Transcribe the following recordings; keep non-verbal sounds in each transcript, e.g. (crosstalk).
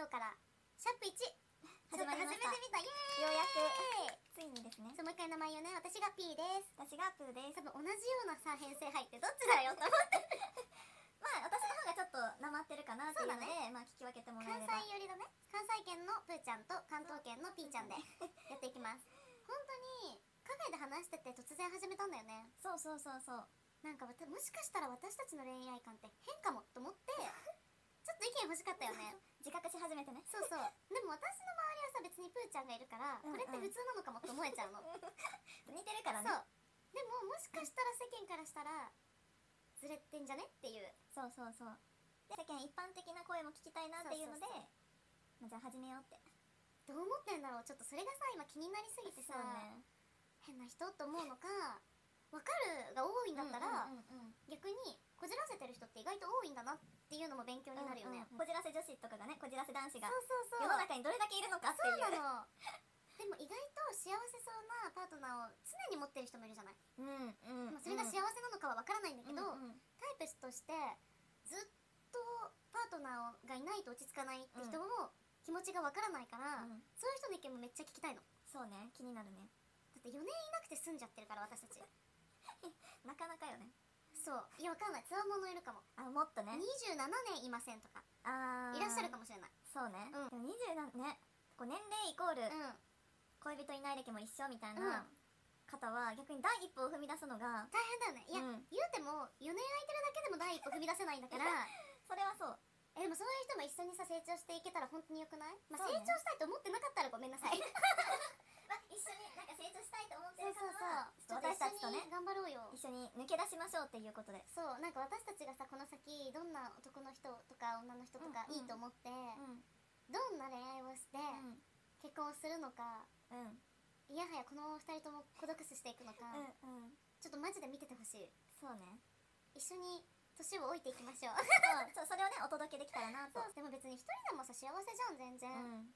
シャープ1始まりま初しためて見たイエーイようやくついにですねそうもう一回名前言うね私が P です私がプーです多分同じようなさ編成入ってどっちだよ (laughs) と思ってまあ私の方がちょっとなまってるかなっていうのでそうまあ聞き分けてもら関えれば西寄りだね関西圏のプーちゃんと関東圏の P ちゃんでやっていきます本当にカフェで話してて突然始めたんだよねそうそうそうそうなんかわたもしかしたら私たちの恋愛観って変かもと思ってちょっと意見欲しかったよね自覚し始めてねそうそうでも私の周りはさ別にプーちゃんがいるからうんこうんれって普通なのかもって思えち (laughs) ゃうのそう似てるからねでももしかしたら世間からしたらずれてんじゃねっていうそうそうそうで世間一般的な声も聞きたいなっていうのでそうそうまあ、じゃあ始めようってどう思ってんだろうちょっとそれがさ今気になりすぎてさ、ね変な人と思うのか分かるが多いんだったら、うんうんうんうん逆にこじらせてる人って意外と多いんだなっていうのも勉強になるよね、こじらせ女子とかがねこじらせ男子そがうそうそう世の中にどれだけいるのかっていうそうなのでも意外と幸せそうなパートナーを常に持ってる人もいるじゃない、うんうんまあ、それが幸せなのかは分からないんだけど、うんうんタイプとしてずっとパートナーがいないと落ち着かないって人も気持ちが分からないから、うんそういう人の意見もめっちゃ聞きたいのだそうね気になるねって4年いなくて済んじゃってるから私たちなかなかよねそういや分かんないつわものいるかもあもっとね27年いませんとかあーいらっしゃるかもしれないそうね、うんでも27ねこう年齢イコール、うん恋人いない歴も一緒みたいうんな方は逆に第一歩を踏み出すのが大変だよねいや、うん言うても4年空いてるだけでも第一歩踏み出せないんだから (laughs) それはそうえでもそういう人も一緒にさ成長していけたら本当に良くない、まあ、そう成ね長したいと思ってなかったらごめんなさい (laughs) そうまあ一緒になんか成長したいと思っそう (laughs) そうちょっと私たちと一緒ねに頑張ろうよ一緒に抜け出しましょうっていうことでそうなんか私たちがさこの先どんな男の人とか女の人とかうんいうんいと思って、んどんな恋愛をしてうん結婚をするのかうんうんいやはやこの二人とも孤独死していくのか、うんちょっとマジで見ててほしいそうね一緒に年を老いていきましょうそうそうそれをねお届けできたらな (laughs) とそうでも別に一人でもさ幸せじゃん全然、ん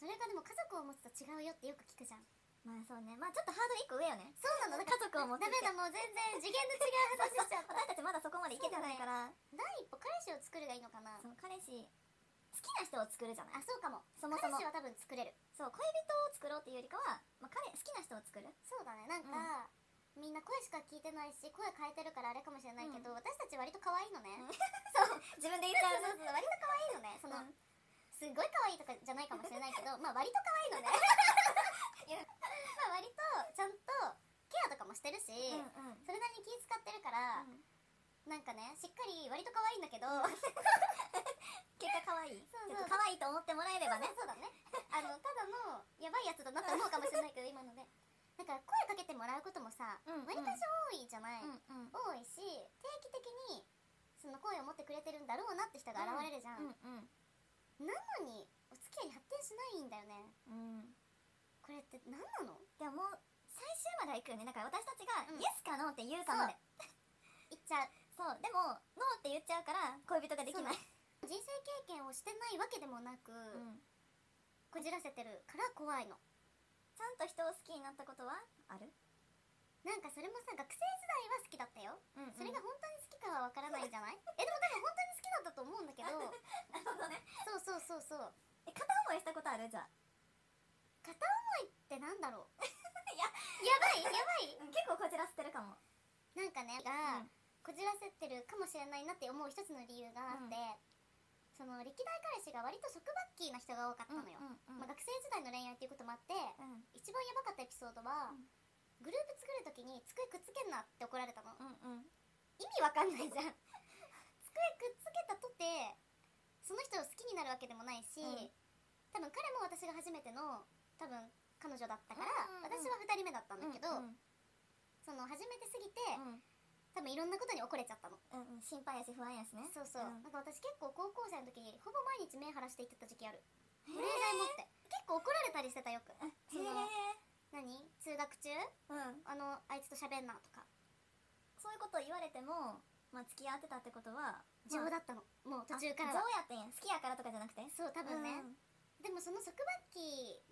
それがでも家族を持つと違うよってよく聞くじゃんまあそうねまあちょっとハードル一個上よねそうなの家族を持ってダメだもう全然次元の違う話し (laughs) ちゃった私たちまだそこまでいけてないから第一歩彼氏を作るがいいのかなそう、彼氏好きな人を作るじゃないあそうかもそもそも彼氏は多分作れるそう恋人を作ろうっていうよりかは、まあ、彼好きな人を作るそうだねなんか、みんな声しか聞いてないし声変えてるからあれかもしれないけど、私たち割と可愛いのね、そう自分で言っちそうゃそうそうう割と可愛いのねその、うんすっごい可愛いとかじゃないかもしれないけどまあ割と可愛いのねいやまあ割とちゃんとケアとかもしてるし、うんうんそれなりに気使ってるから、なんかねしっかり割と可愛いんだけど結果可愛いそうそう結果可愛いと思ってもらえればねそうだねあのただのやばいやつだなと思うかもしれないけど今のでだから声かけてもらうこともさ、うんうん割かし多いじゃない、うんうん多いし定期的にその声を持ってくれてるんだろうなって人が現れるじゃん、うんなのにお付き合いに発展しないんだよねうんうんこれって何なのでももう最終までは行くよねだから私たちがうんイエスかノーって言うかまで言っちゃうそうでもノーって言っちゃうから恋人ができない人生経験をしてないわけでもなく、うんこじらせてるから怖いのちゃんと人を好きになったことはあるなんかそれもさ学生時代は好きだったよ、うんうそん (laughs) れが本当に好きかはわからないんじゃないえでも多分本当に好きだったと思うんだけどそうそうそ (laughs) うそうえ片思いしたことあるじゃあ片思いってなんだろうい (laughs) ややばいやばい結構こじらせてるかもなんかねが、うんこじらせてるかもしれないなって思う一つの理由があって、うんその歴代彼氏が割と束縛期な人が多かったのよ、うんうんうんまあ、学生時代の恋愛っていうこともあって、ん一番ヤバかったエピソードは、グループ作る時に机くっつけんなって怒られたの、うんうん意味わかんないじゃん机くっつけたとてその人を好きになるわけでもないし、うん多分彼も私が初めての多分彼女だったから、うんうんうん私は2人目だったんだけど、うんその初めてすぎて、うん多分いろんなことに怒れちゃったのうんうん心配やし不安やしねそうそう、んなんか私結構高校生の時にほぼ毎日目晴らして行ってた時期あるお礼剤持って結構怒られたりしてたよくそへのえ何通学中うんあのあいつと喋んなとかそういうことを言われても、まあ、付き合ってたってことは情まだっあたの、もう途中からあは情やってんや好きやからとかじゃなくてそう多分ね、うんでもその束縛期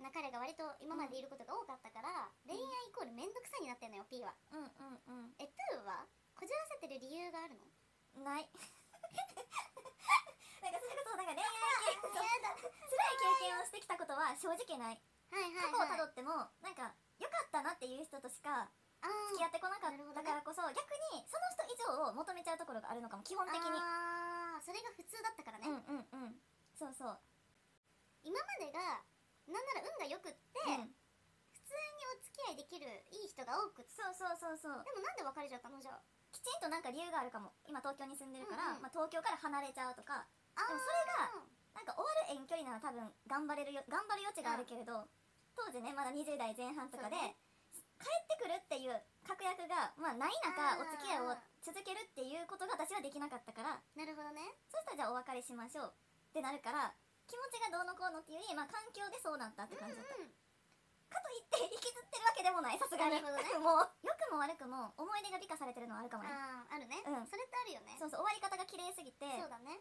な彼が割と今までいることが多かったから、恋愛イコール面倒くさいになってんのよ P はうんうんえプーはこじらせてる理由があるのうんない (laughs) なんかそれこそなんか恋愛系やだ辛い経験をことは正直はないい過はいはい去をたどってもなんか良かったなっていう人としかあー付き合ってこなかっなるほどたねからこそ逆にその人以上を求めちゃうところがあるのかも基本的にあーそれが普通だったからうんね、うんうんそうそう今までがなんなら運が良くって、うん普通にお付き合いできるいい人が多くてそうそうそうそうでもなんで別れちゃったのじゃあきちんとなんか理由があるかも今東京に住んでるから、うんうんまあ、東京から離れちゃうとかあでもそれがなんか終わる遠距離なら多分頑張れるよ頑張る余地があるけれど、当時ねまだ20代前半とかで、そうね帰ってくるっていう確約が、まあ、ない中あーお付き合いを続けるっていうことが私はできなかったからなるほどねそしたらじゃあお別れしましょうってなるから気持ちがどうのこうのっていうより、まあ、環境でそうなったって感じだった、うんうんかといって引きずってるわけでもないさすがになるほどねもう良くも悪くも思い出が美化されてるのはあるかもねあーあるね、うんそれってあるよねそうそう終わり方が綺麗すぎてそうだね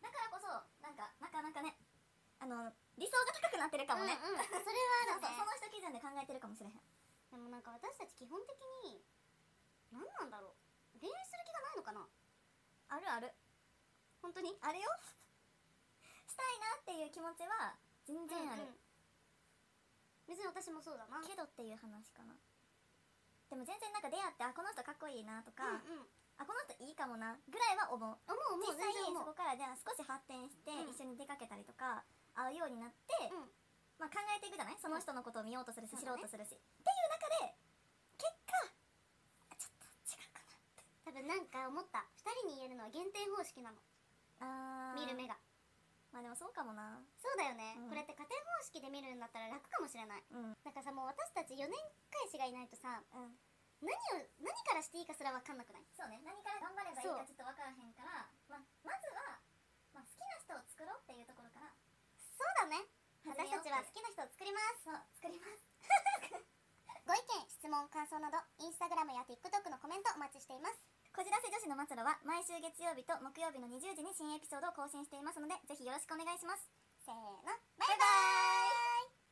だからこそなんかなかなかねあの理想が高くなってるかもね、うんうんそれそうはあるそねうその人基準で考えてるかもしれへんでもなんか私たち基本的に何なんだろう恋愛する気がないのかなあるある本当にあれよしたいなっていう気持ちは全然あうんうる、ん別に私もそうだなけどっていう話かなでも全然なんか出会ってあこの人かっこいいなとか、うんうんあこの人いいかもなぐらいは思う思う思う実全際然思にそうこからじゃあ少し発展してうん一緒に出かけたりとか会うようになって、うんまあ、考えていくじゃないその人のことを見ようとするし、そう知だろうねとするしってい多う中で結果あちょっと違うかな分なんか思った2人に言えるのは限定方式なのあ見る目ががまあでもそうかもなそうだよね、うんこれって加点方式で見るんだったら楽かもしれない、うんなんかさもう私たち4年返しがいないとさうん何を何からしていいかすら分かんなくないそうね何から頑張ればいいそうかちょっと分からへんからまあまずは、まあ、好きな人を作ろうっていうところからそうだね私始めよたちは好うきな人を作りますそう作りまごす意見質問感想などインスタグラムや TikTok のコメントお待ちしていますこじらせ女子の末路は毎週月曜日と木曜日の20時に新エピソードを更新していますのでぜひよろしくお願いしますせーのバイバイ